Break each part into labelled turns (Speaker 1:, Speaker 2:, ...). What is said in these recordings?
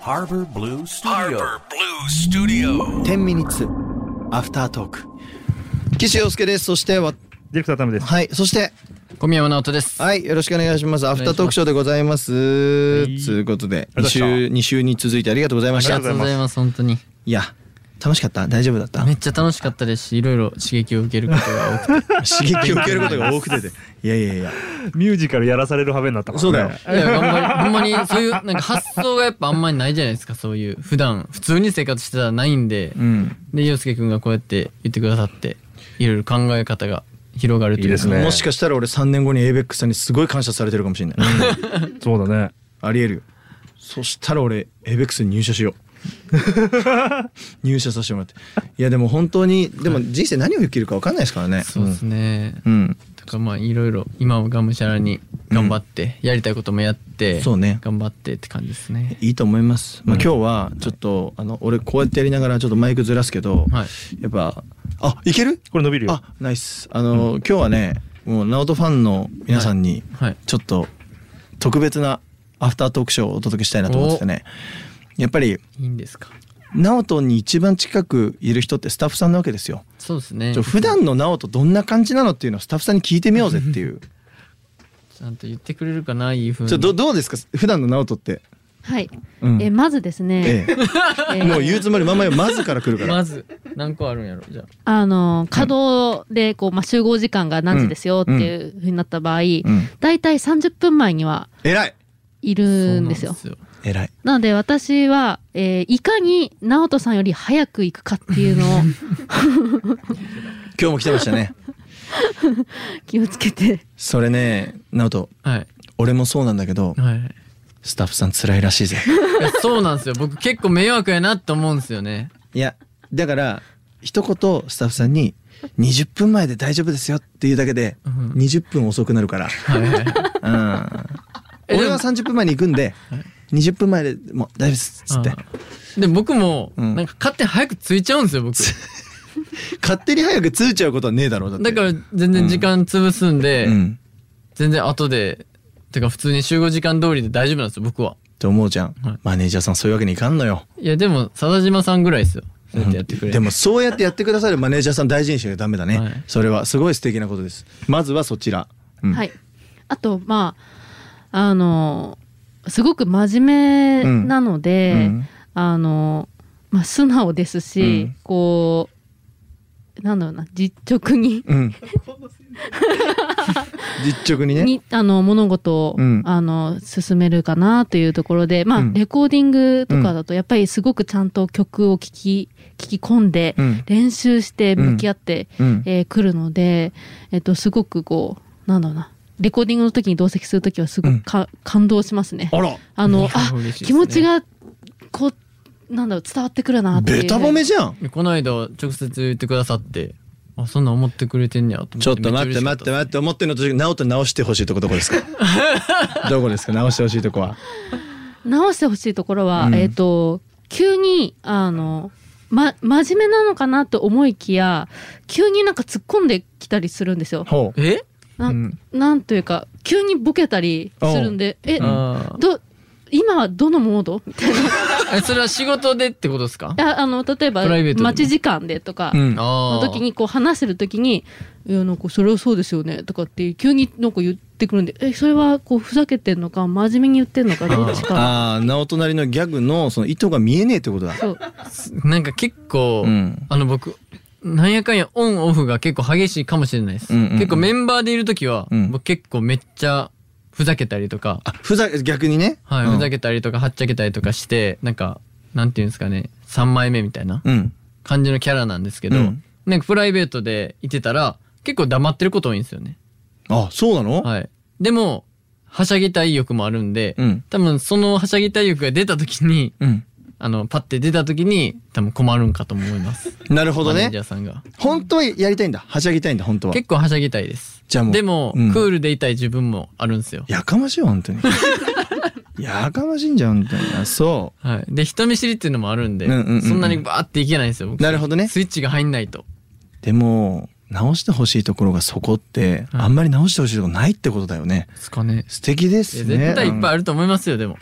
Speaker 1: Harbor Blue Studio.
Speaker 2: Harbor Blue Studio.
Speaker 3: 10ミニッツアフタートーク岸洋介ですそしてわ
Speaker 4: ディレクタータムです。
Speaker 3: はいそして
Speaker 5: 小宮山直人です。
Speaker 3: はいよろしくお願いしますアフタートークショーでございますと
Speaker 4: い
Speaker 3: いうことで
Speaker 4: あり
Speaker 3: 2
Speaker 4: がとうござ
Speaker 3: 週
Speaker 4: いま
Speaker 3: 二週に続いてありがとうございまし
Speaker 5: あ
Speaker 3: た
Speaker 5: りがとうございます。本当に。
Speaker 3: いや楽しかった大丈夫だった
Speaker 5: めっちゃ楽しかったですし、いろいろ刺激を受けることが多くて。
Speaker 3: 刺激を受けることが多くてていやいやいや
Speaker 4: ミュージカルやらされる羽目になったからね
Speaker 3: そうだよ
Speaker 5: いや、ほんまに、ほんまに、そういう、なんか発想がやっぱあんまりないじゃないですか、そういう。普段、普通に生活してたらないんで
Speaker 3: う。ん
Speaker 5: で、洋介くんがこうやって言ってくださって、いろいろ考え方が広がるというか。
Speaker 4: いいですね
Speaker 3: もしかしたら俺3年後に ABEX さんにすごい感謝されてるかもしれない
Speaker 4: そうだね。
Speaker 3: ありえるよそしたら俺 ABEX に入社し よう入社させてもらっていやでも本当にでも人生何を生きるか分かんないですからね
Speaker 5: そうですね。
Speaker 3: うん
Speaker 5: とかまあいろいろ今はがむしゃらに頑張って、やりたいこともやって
Speaker 3: そうね
Speaker 5: 頑張ってって感じですね
Speaker 3: いいと思います、まあ、今日はちょっと、あの俺こうやってやりながらちょっとマイクずらすけど、
Speaker 5: はい
Speaker 3: やっぱあいける
Speaker 4: これ伸びるよ。
Speaker 3: あナイスあの、今日はねもう直人ファンの皆さんに
Speaker 5: はいはい
Speaker 3: ちょっと特別なアフタートークショーをお届けしたいなと思っててねやっぱり
Speaker 5: いいんですか
Speaker 3: 直人に一番近くいる人ってスタッフさんなわけですよ
Speaker 5: そうですね
Speaker 3: ちょ普段の直人どんな感じなのっていうのをスタッフさんに聞いてみようぜっていう
Speaker 5: ちゃんと言ってくれるかないいふうに
Speaker 3: ちょどどうですか普段の直人って、
Speaker 6: はい。
Speaker 3: うん
Speaker 6: えーまずですね、
Speaker 3: え
Speaker 6: え
Speaker 3: え
Speaker 6: ー
Speaker 3: もう言うつもりまんまよまずから来るから
Speaker 5: まず何個あるんやろじゃあ
Speaker 6: あのー稼働でこうまあ集合時間が何時ですよっていうふうになった場合、
Speaker 3: ん
Speaker 6: だいたい三十分前には
Speaker 3: 偉い
Speaker 6: いるんですよ。
Speaker 5: そうなんで
Speaker 3: 偉い
Speaker 6: なので私は、えーいかに直人さんより早く行くかっていうの を
Speaker 3: 今日も来てましたね
Speaker 6: 気をつけて。
Speaker 3: それね直人
Speaker 5: はい
Speaker 3: 俺もそうなんだけど
Speaker 5: はいはい
Speaker 3: スタッフさん辛いらしいぜ
Speaker 5: いやそうなんですよ僕結構迷惑やなって思うんですよね
Speaker 3: いやだから一言スタッフさんに20分前で大丈夫ですよっていうだけで
Speaker 5: うん
Speaker 3: 20分遅くなる から、
Speaker 5: はいはいは
Speaker 3: う
Speaker 5: い
Speaker 3: ん、
Speaker 5: え
Speaker 3: 俺は30分前に行くんで20分前でもう大丈夫ですっつって
Speaker 5: うんで僕も
Speaker 3: うん
Speaker 5: なんか勝手に早く着いちゃうんですよ僕
Speaker 3: 勝手に早く通っちゃうことはねえだろうだって
Speaker 5: だから全然時間潰すんで、
Speaker 3: うん
Speaker 5: 全然後でてか普通に集合時間通りで大丈夫なんですよ僕は
Speaker 3: って思うじゃん、
Speaker 5: はい
Speaker 3: マネージャーさんそういうわけにいかんのよ
Speaker 5: いやでも佐田島さんぐらいですよそうやってやってくれる
Speaker 3: でもそうやってやってくださるマネージャーさん大事にしなきゃダメだね、
Speaker 5: はい
Speaker 3: それはすごい素敵なことですまずはそちら、うん
Speaker 6: はい。あとまああのーすごく真面目なので、
Speaker 3: うん
Speaker 6: あのーまあ素直ですし、
Speaker 3: うん
Speaker 6: こうなんだろうな実直に
Speaker 3: うん、実直にね
Speaker 6: にあの物事を、
Speaker 3: うん
Speaker 6: あの進めるかなというところで、まあ
Speaker 3: うん
Speaker 6: レコーディングとかだとやっぱりすごくちゃんと曲を聴き聴き込んで、
Speaker 3: うん
Speaker 6: 練習して向き合って
Speaker 3: う
Speaker 6: く、
Speaker 3: ん
Speaker 6: えー来るので、えっと、すごくこうなんだろうなレコーディングの時に同席する時はすご
Speaker 3: うん
Speaker 6: くか、感動しますね。
Speaker 3: あら
Speaker 6: あの
Speaker 5: 嬉し
Speaker 6: あ
Speaker 5: いですね
Speaker 6: 気持ちがこうなんだろう伝わってくるなっていう
Speaker 3: ベタ褒めじゃん
Speaker 5: でこの間直接言ってくださってあそんなん思ってくれてんねやと思って
Speaker 3: ちょっと待って待って
Speaker 5: っ
Speaker 3: 待って思ってんのと直人直してほしいとこどこですか どこですか直してほしいとこは
Speaker 6: 直してほしいところは、
Speaker 3: うん
Speaker 6: えっ、と急にあのま真面目なのかなと思いきや急になんか突っ込んできたりするんですよ。
Speaker 3: ほう
Speaker 5: てえ
Speaker 6: な,、
Speaker 3: うん
Speaker 6: ん、なんというか急にボケたりするんでえ、
Speaker 5: あ
Speaker 6: ど今はどのモード みたいない
Speaker 5: ーえそれは仕事でってことですか
Speaker 6: やあの例えば
Speaker 5: プライベートでも
Speaker 6: 待ち時間でとか
Speaker 3: う。ん
Speaker 5: あ
Speaker 6: の時にこう話してる時に「いやなんかそれはそうですよね」とかって急になんか言ってくるんで「えそれはこうふざけてんのか真面目に言ってんのかどっちか」
Speaker 3: ああ直人なりのギャグのその意図が見えねえってことだ
Speaker 6: そう
Speaker 5: ーなんか結構、
Speaker 3: うん
Speaker 5: あの僕なんやかんやオンオフが結構激しいかもしれないです、
Speaker 3: うんうんうん
Speaker 5: 結構メンバーでいる時は、
Speaker 3: うん
Speaker 5: 僕結構めっちゃふざけたりとか、
Speaker 3: あふざ逆にね
Speaker 5: はいふざ
Speaker 3: け
Speaker 5: けたりとかはっちゃけたりとかしてなんかなんていうんですかね3枚目みたいな
Speaker 3: うん
Speaker 5: 感じのキャラなんですけど、
Speaker 3: うん
Speaker 5: なんかプライベートでいてたら結構黙ってること多いんですよね
Speaker 3: あそうなの、
Speaker 5: はい。でも、はしゃぎたい欲もあるんで、
Speaker 3: うん
Speaker 5: 多分そのはしゃぎたい欲が出た時に、
Speaker 3: うん
Speaker 5: あの、パッて出た時に、多分困るんかと思います。
Speaker 3: なるほど
Speaker 5: マネ
Speaker 3: ね
Speaker 5: ージャーさんが。
Speaker 3: 本当はやりたいんだはしゃぎたいんだ本当は
Speaker 5: 結構はしゃぎたいです。
Speaker 3: じゃあもう
Speaker 5: でも、
Speaker 3: うん
Speaker 5: クールでいたい自分もあるんですよ。
Speaker 3: やかましいよ本当 にやかましいんじゃん本当にあそ
Speaker 5: はい。で、人見知りっていうのもあるんで、
Speaker 3: うんうんうんうん
Speaker 5: そんなにバーっていけないんですよ、
Speaker 3: う
Speaker 5: 僕。
Speaker 3: なるほどね
Speaker 5: スイッチが入んないと。
Speaker 3: でも直してほしいところがそこって、
Speaker 5: はい
Speaker 3: あんまり直してほしいところないってことだよね
Speaker 5: ですかね。
Speaker 3: 素敵で
Speaker 5: いや
Speaker 3: すね
Speaker 5: 絶対いっぱい
Speaker 3: い
Speaker 5: あると思いますよ、でも。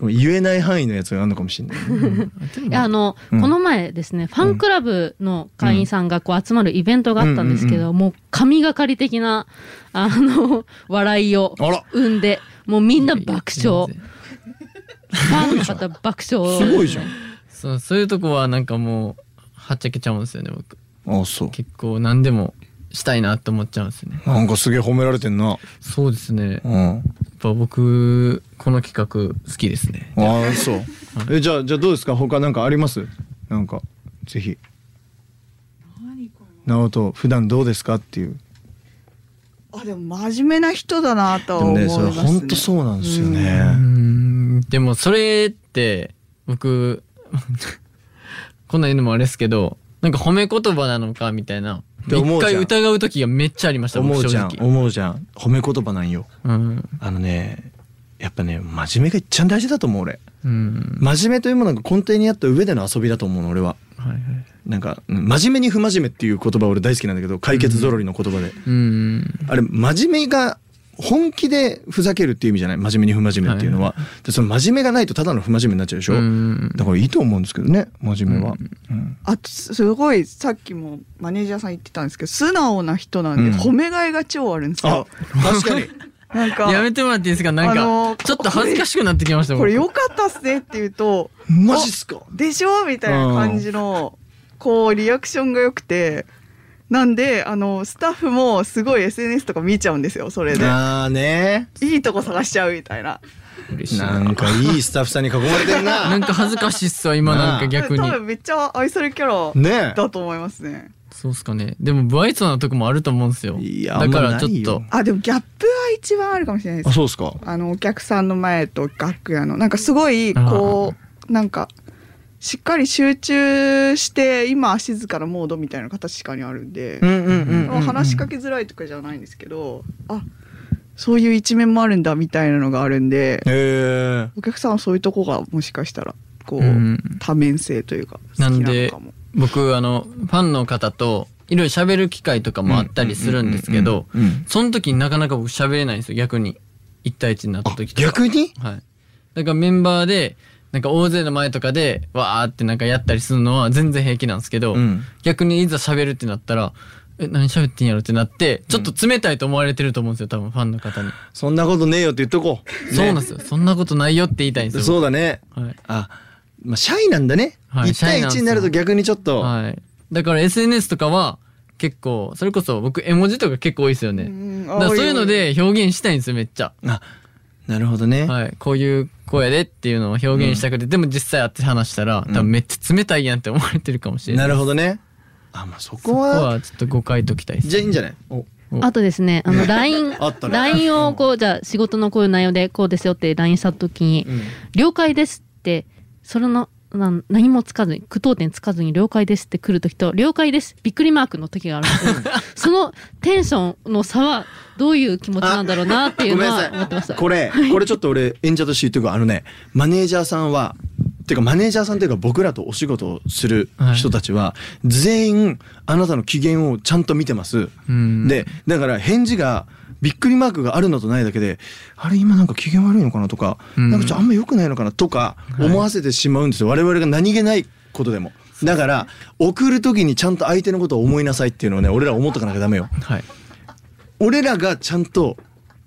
Speaker 3: 言えない範囲のやつがあるのかもしれない、
Speaker 6: いやあの、
Speaker 3: うん
Speaker 6: この前ですねファンクラブの会員さんがこう集まるイベントがあったんですけど、
Speaker 3: うん
Speaker 6: もう神がかり的なあの笑いを
Speaker 3: あら
Speaker 6: 生んでもうみんな爆
Speaker 5: 全
Speaker 6: 笑
Speaker 5: 然
Speaker 6: ファンの方爆笑
Speaker 3: すごいじゃん
Speaker 5: そうそういうとこはなんかもうはっちゃけちゃうんですよね僕
Speaker 3: あそう
Speaker 5: 結構何でもしたいなって思っちゃうんですよね
Speaker 3: なんかすげえ褒められてんな
Speaker 5: そうですねやっ
Speaker 3: うん
Speaker 5: ぱ僕この企画好きですね
Speaker 3: ああそうえじゃあじゃあどうですか他なんかありますなんかぜひ直人普段どうですかっていう
Speaker 1: あでも真面目な人だなと
Speaker 3: で
Speaker 1: は思
Speaker 3: も
Speaker 1: い
Speaker 3: ね
Speaker 1: ます
Speaker 3: それ
Speaker 1: ね。
Speaker 3: 本当そうなんですよ
Speaker 5: うー
Speaker 3: ね、
Speaker 5: んでもそれって僕 こんなん言うのもあれですけどなんか褒め言葉なのかみたいな
Speaker 3: て思う
Speaker 5: 一
Speaker 3: じゃん
Speaker 5: 回疑う時がめっちゃありました
Speaker 3: 思
Speaker 5: 僕
Speaker 3: う
Speaker 5: 正
Speaker 3: じゃん
Speaker 5: 直
Speaker 3: 思うじゃん褒め言葉なんよ
Speaker 5: うん
Speaker 3: あのねやっぱね真面目が一番大事だと思う俺
Speaker 5: うん
Speaker 3: 真面目というものが根底にあった上での遊びだと思うの俺は
Speaker 5: はいはい
Speaker 3: なんかうん真面目に不真面目っていう言葉俺大好きなんだけど解決ぞろりの言葉で、
Speaker 5: うん
Speaker 3: あれ真面目が本気でふざけるっていう意味じゃない真面目に不真面目っていうのは、でその真面目がないとただの不真面目になっちゃうでしょ、
Speaker 5: うん
Speaker 3: だからいいと思うんですけどね真面目は、うん
Speaker 1: あとすごいさっきもマネージャーさん言ってたんですけど素直な人なんで、
Speaker 3: うん
Speaker 1: 褒めがいが超あるんです
Speaker 3: あ
Speaker 1: よ。
Speaker 3: 確かに
Speaker 1: なんか
Speaker 5: やめてもらっていいですかなん
Speaker 1: あの
Speaker 5: かちょっと恥ずかしくなってきました
Speaker 1: これ
Speaker 5: 僕
Speaker 1: 良かったっすねって言うと
Speaker 3: マジっすか
Speaker 1: でしょみたいな感じのこうリアクションが良くてなんであのスタッフもすごい SNS とか見ちゃうんですよそれで
Speaker 3: あーね
Speaker 1: いいとこ探しちゃうみたいな
Speaker 5: 嬉しい
Speaker 3: なんかいいスタッフさんに囲まれてんな
Speaker 5: なんか恥ずかしいっすわ今
Speaker 3: なあ
Speaker 5: なんか逆に
Speaker 1: 多分めっちゃ愛されキャ ラ
Speaker 3: ね
Speaker 1: だと思いますね
Speaker 5: そうっすかねでも不愛想なとこもあると思うんすよ
Speaker 3: いや
Speaker 5: だからちょ
Speaker 3: あ
Speaker 5: っ
Speaker 3: ん
Speaker 5: と
Speaker 3: ま
Speaker 1: あでもギャップは一番あるかもしれないで
Speaker 3: あ
Speaker 1: す
Speaker 3: そうっすか
Speaker 1: あのお客さんの前と楽屋のなんかすごいこうなんかしっかり集中して今静かなモードみたいな形かにあるんで、
Speaker 3: んうんうんうんうん
Speaker 1: 話しかけづらいとかじゃないんですけどあそういう一面もあるんだみたいなのがあるんで
Speaker 3: へえ
Speaker 1: お客さんはそういうとこがもしかしたらこう、
Speaker 5: うん
Speaker 1: 多面性というか好きな
Speaker 5: なん
Speaker 1: の
Speaker 5: で
Speaker 1: かも。
Speaker 5: 僕あのファンの方といろいろ喋る機会とかもあったりするんですけど
Speaker 3: うんうんうんうん
Speaker 5: その時になかなか僕喋れないんですよ逆に一対一になった時とか
Speaker 3: 逆に
Speaker 5: はいだからメンバーでなんか大勢の前とかでわーってなんかやったりするのは全然平気なんですけど、
Speaker 3: うん
Speaker 5: 逆にいざ喋るってなったらえ何喋ってんやろってなってちょっと冷たいと思われてると思うんですよ多分ファンの方に、
Speaker 3: そんなことねえよって言っとこう、ね
Speaker 5: そうなんですよそんなことないよって言いたいんです
Speaker 3: そ
Speaker 5: よ
Speaker 3: うだね
Speaker 5: はい、
Speaker 3: あまあシャイなんだね、
Speaker 5: はい
Speaker 3: 一対
Speaker 5: シャイなん
Speaker 3: 一
Speaker 5: ですよ
Speaker 3: になると逆にちょっと、
Speaker 5: はい、だから SNS とかは結構それこそ僕絵文字とか結構多いですよね、
Speaker 1: うん
Speaker 5: だからそういうので表現したいんですよめっちゃ、
Speaker 3: あなるほどね、
Speaker 5: はい、こういう声でっていうのを表現したくて、でも実際会って話したら多分めっちゃ冷たいやんって思われてるかもしれない、
Speaker 3: なるほどねあまあそ
Speaker 5: そ
Speaker 3: こ
Speaker 5: こ
Speaker 3: は
Speaker 5: はちょっと誤解解きたいです
Speaker 3: じゃあいいんじゃないお
Speaker 6: あとですね、あの LINE、
Speaker 3: あったね
Speaker 6: LINE をこう、じゃあ仕事のこういう内容でこうですよって LINE したときに、了解ですって、それの、なん何もつかずに、句読点つかずに了解ですって来るときと、了解です、びっくりマークの時があるんですよ。 そのテンションの差はどういう気持ちなんだろうなっていう
Speaker 3: ご
Speaker 6: の
Speaker 3: めんな
Speaker 6: は思ってまし
Speaker 3: さ
Speaker 6: た。
Speaker 3: いこれこれちょっと俺演者として言っとくわあのねマネージャーさんはてかマネージャーさんっていうか僕らとお仕事をする人たちは、全員あなたの機嫌をちゃんと見てます、
Speaker 5: うん
Speaker 3: でだから返事がびっくりマークがあるのとないだけであれ今なんか機嫌悪いのかなとか、
Speaker 5: うん
Speaker 3: なんかちょっとあんま良くないのかなとか思わせてしまうんですよ、我々が何気ないことでもだから送る時にちゃんと相手のことを思いなさいっていうのをね俺ら思っとかなきゃダメよ
Speaker 5: はい
Speaker 3: 俺らがちゃんと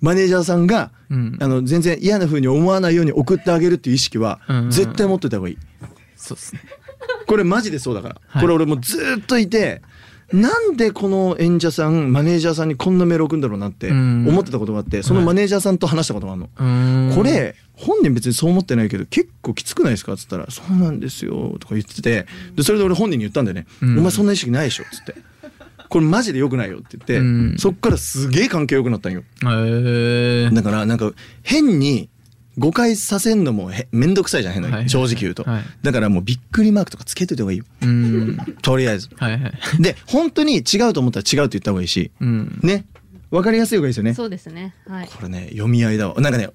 Speaker 3: マネージャーさんが、
Speaker 5: うん
Speaker 3: あの全然嫌な風に思わないように送ってあげるっていう意識は
Speaker 5: うん
Speaker 3: 絶対持ってた方がいい、
Speaker 5: そうですね
Speaker 3: これマジでそうだから、
Speaker 5: はい
Speaker 3: これ俺もうずーっといてなんでこの演者さんマネージャーさんにこんなメール送るんだろうなって
Speaker 5: うん
Speaker 3: 思ってたことがあってそのマネージャーさんと話したことがあるの、
Speaker 5: うーん
Speaker 3: これ本人別にそう思ってないけど結構きつくないですか?」っつったら「そうなんですよ」とか言っててでそれで俺本人に言ったんだよね「
Speaker 5: うん
Speaker 3: お前そんな意識ないでしょ」っつって「これマジで良くないよ」って言って、
Speaker 5: うん
Speaker 3: そっからすげえ関係良くなったんよ。
Speaker 5: へえ
Speaker 3: だからなんか変に誤解させんのもへめんどくさいじゃん変な、
Speaker 5: はい
Speaker 3: 正直言うと、
Speaker 5: はい
Speaker 3: だからもうびっくりマークとかつけといた方がいいよ
Speaker 5: うんは
Speaker 3: とりあえず
Speaker 5: いはい
Speaker 3: で本当に違うと思ったら違うって言った方がいいし
Speaker 5: うん
Speaker 3: ねわかりやすい方がいいですよね
Speaker 6: そうですね。はい。
Speaker 3: これね読み合いだわなんかね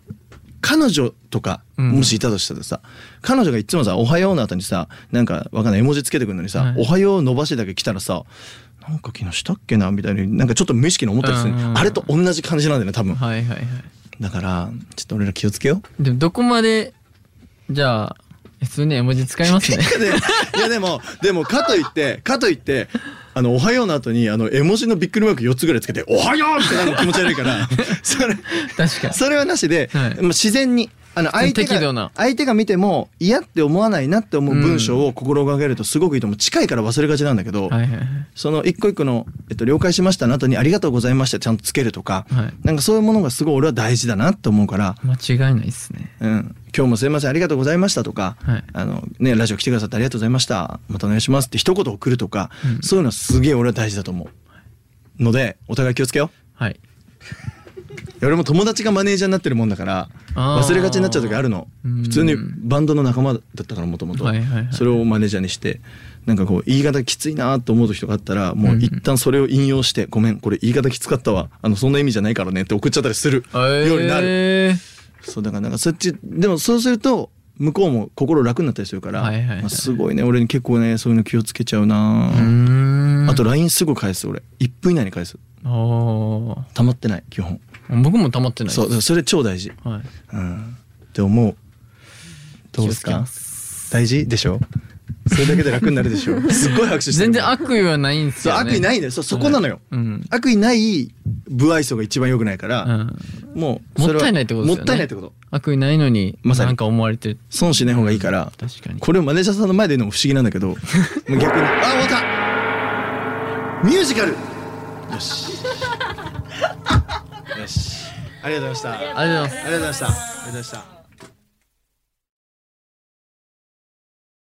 Speaker 3: 彼女とか
Speaker 5: うん
Speaker 3: もしいたとしたらさ、彼女がいつもさ「おはよう」の後にさなんかわかんない絵文字つけてくるのにさ「
Speaker 5: はい
Speaker 3: おはよう」伸ばしだけ来たらさなんか昨日したっけなみたいになんかちょっと無意識に思ったりする、
Speaker 5: うんうんうん
Speaker 3: あれと同じ感じなんだよね多分
Speaker 5: はいはいはい
Speaker 3: だからちょっと俺ら気をつけよう
Speaker 5: でもどこまでじゃあ、普通に絵文字使いますね。
Speaker 3: でいやでもでもかといってかといってあの「おはよう」の後にあの絵文字のびっくりマーク4つぐらいつけて「おはよう!」ってなるの気持ち悪いから それ
Speaker 5: 確かに。
Speaker 3: それはなしで、
Speaker 5: はい
Speaker 3: まあ自然にあの相手
Speaker 5: 適度な
Speaker 3: が相手が見ても嫌って思わないなって思う文章を心がけるとすごくいいと思う近いから忘れがちなんだけど、
Speaker 5: はいはいはい。
Speaker 3: その一個一個の、えっと「了解しました」の後に「ありがとうございました」ちゃんとつけるとか、
Speaker 5: はい
Speaker 3: なんかそういうものがすごい俺は大事だなって思うから。
Speaker 5: 間違いないですね。
Speaker 3: うん、今日もすいませんありがとうございましたとか、
Speaker 5: はい
Speaker 3: あのね、ラジオ来てくださってありがとうございましたまたお願いしますって一言送るとか、
Speaker 5: うん
Speaker 3: そういうのはすげえ俺は大事だと思うのでお互い気をつけよ
Speaker 5: はい。
Speaker 3: ういや俺も友達がマネージャーになってるもんだから
Speaker 5: あー
Speaker 3: 忘れがちになっちゃう時あるの
Speaker 5: うん
Speaker 3: 普通にバンドの仲間だったからもともと
Speaker 5: はいはいはい
Speaker 3: それをマネージャーにしてなんかこう言い方きついなと思う時とかあったらもう一旦それを引用して「ごめんこれ言い方きつかったわあのそんな意味じゃないからね」って送っちゃったりする
Speaker 5: え
Speaker 3: ようになる。
Speaker 5: ー
Speaker 3: そうだからなんかそっちでもそうすると向こうも心楽になったりするから、
Speaker 5: はいはいはい
Speaker 3: まあすごいね俺に結構ねそういうの気をつけちゃうな
Speaker 5: うーん。
Speaker 3: あと LINE すぐ返す俺1分以内に返す
Speaker 5: おー
Speaker 3: 溜まってない基本
Speaker 5: 僕も溜まってないです。
Speaker 3: そうそれ超大事
Speaker 5: はい。
Speaker 3: うんって思うどうです
Speaker 5: 気をつけ
Speaker 3: か
Speaker 5: ます
Speaker 3: 大事でしょそれだけで楽になるで しょすっごい拍手してる
Speaker 5: 全然悪意はないんです
Speaker 3: そう
Speaker 5: よ、ね。
Speaker 3: 悪意ないんだよそうそこなのよ、
Speaker 5: うん。
Speaker 3: 悪意ない不愛想が一番良くないか
Speaker 5: う
Speaker 3: ら、
Speaker 5: ん。
Speaker 3: もうそれは
Speaker 5: もったいないってことですよ
Speaker 3: もっ
Speaker 5: ね
Speaker 3: たいないってこと
Speaker 5: 悪意ないのに、
Speaker 3: まさに
Speaker 5: なんか思われてる。
Speaker 3: 損しない方がいいから
Speaker 5: 確かに。
Speaker 3: これをマネージャーさんの前で言うのも不思議なんだけ どもう逆にあ終わったミュージカルよ しよしありがとうございましたありがとう
Speaker 5: ありがとうございます。
Speaker 3: ございましたありがとうございました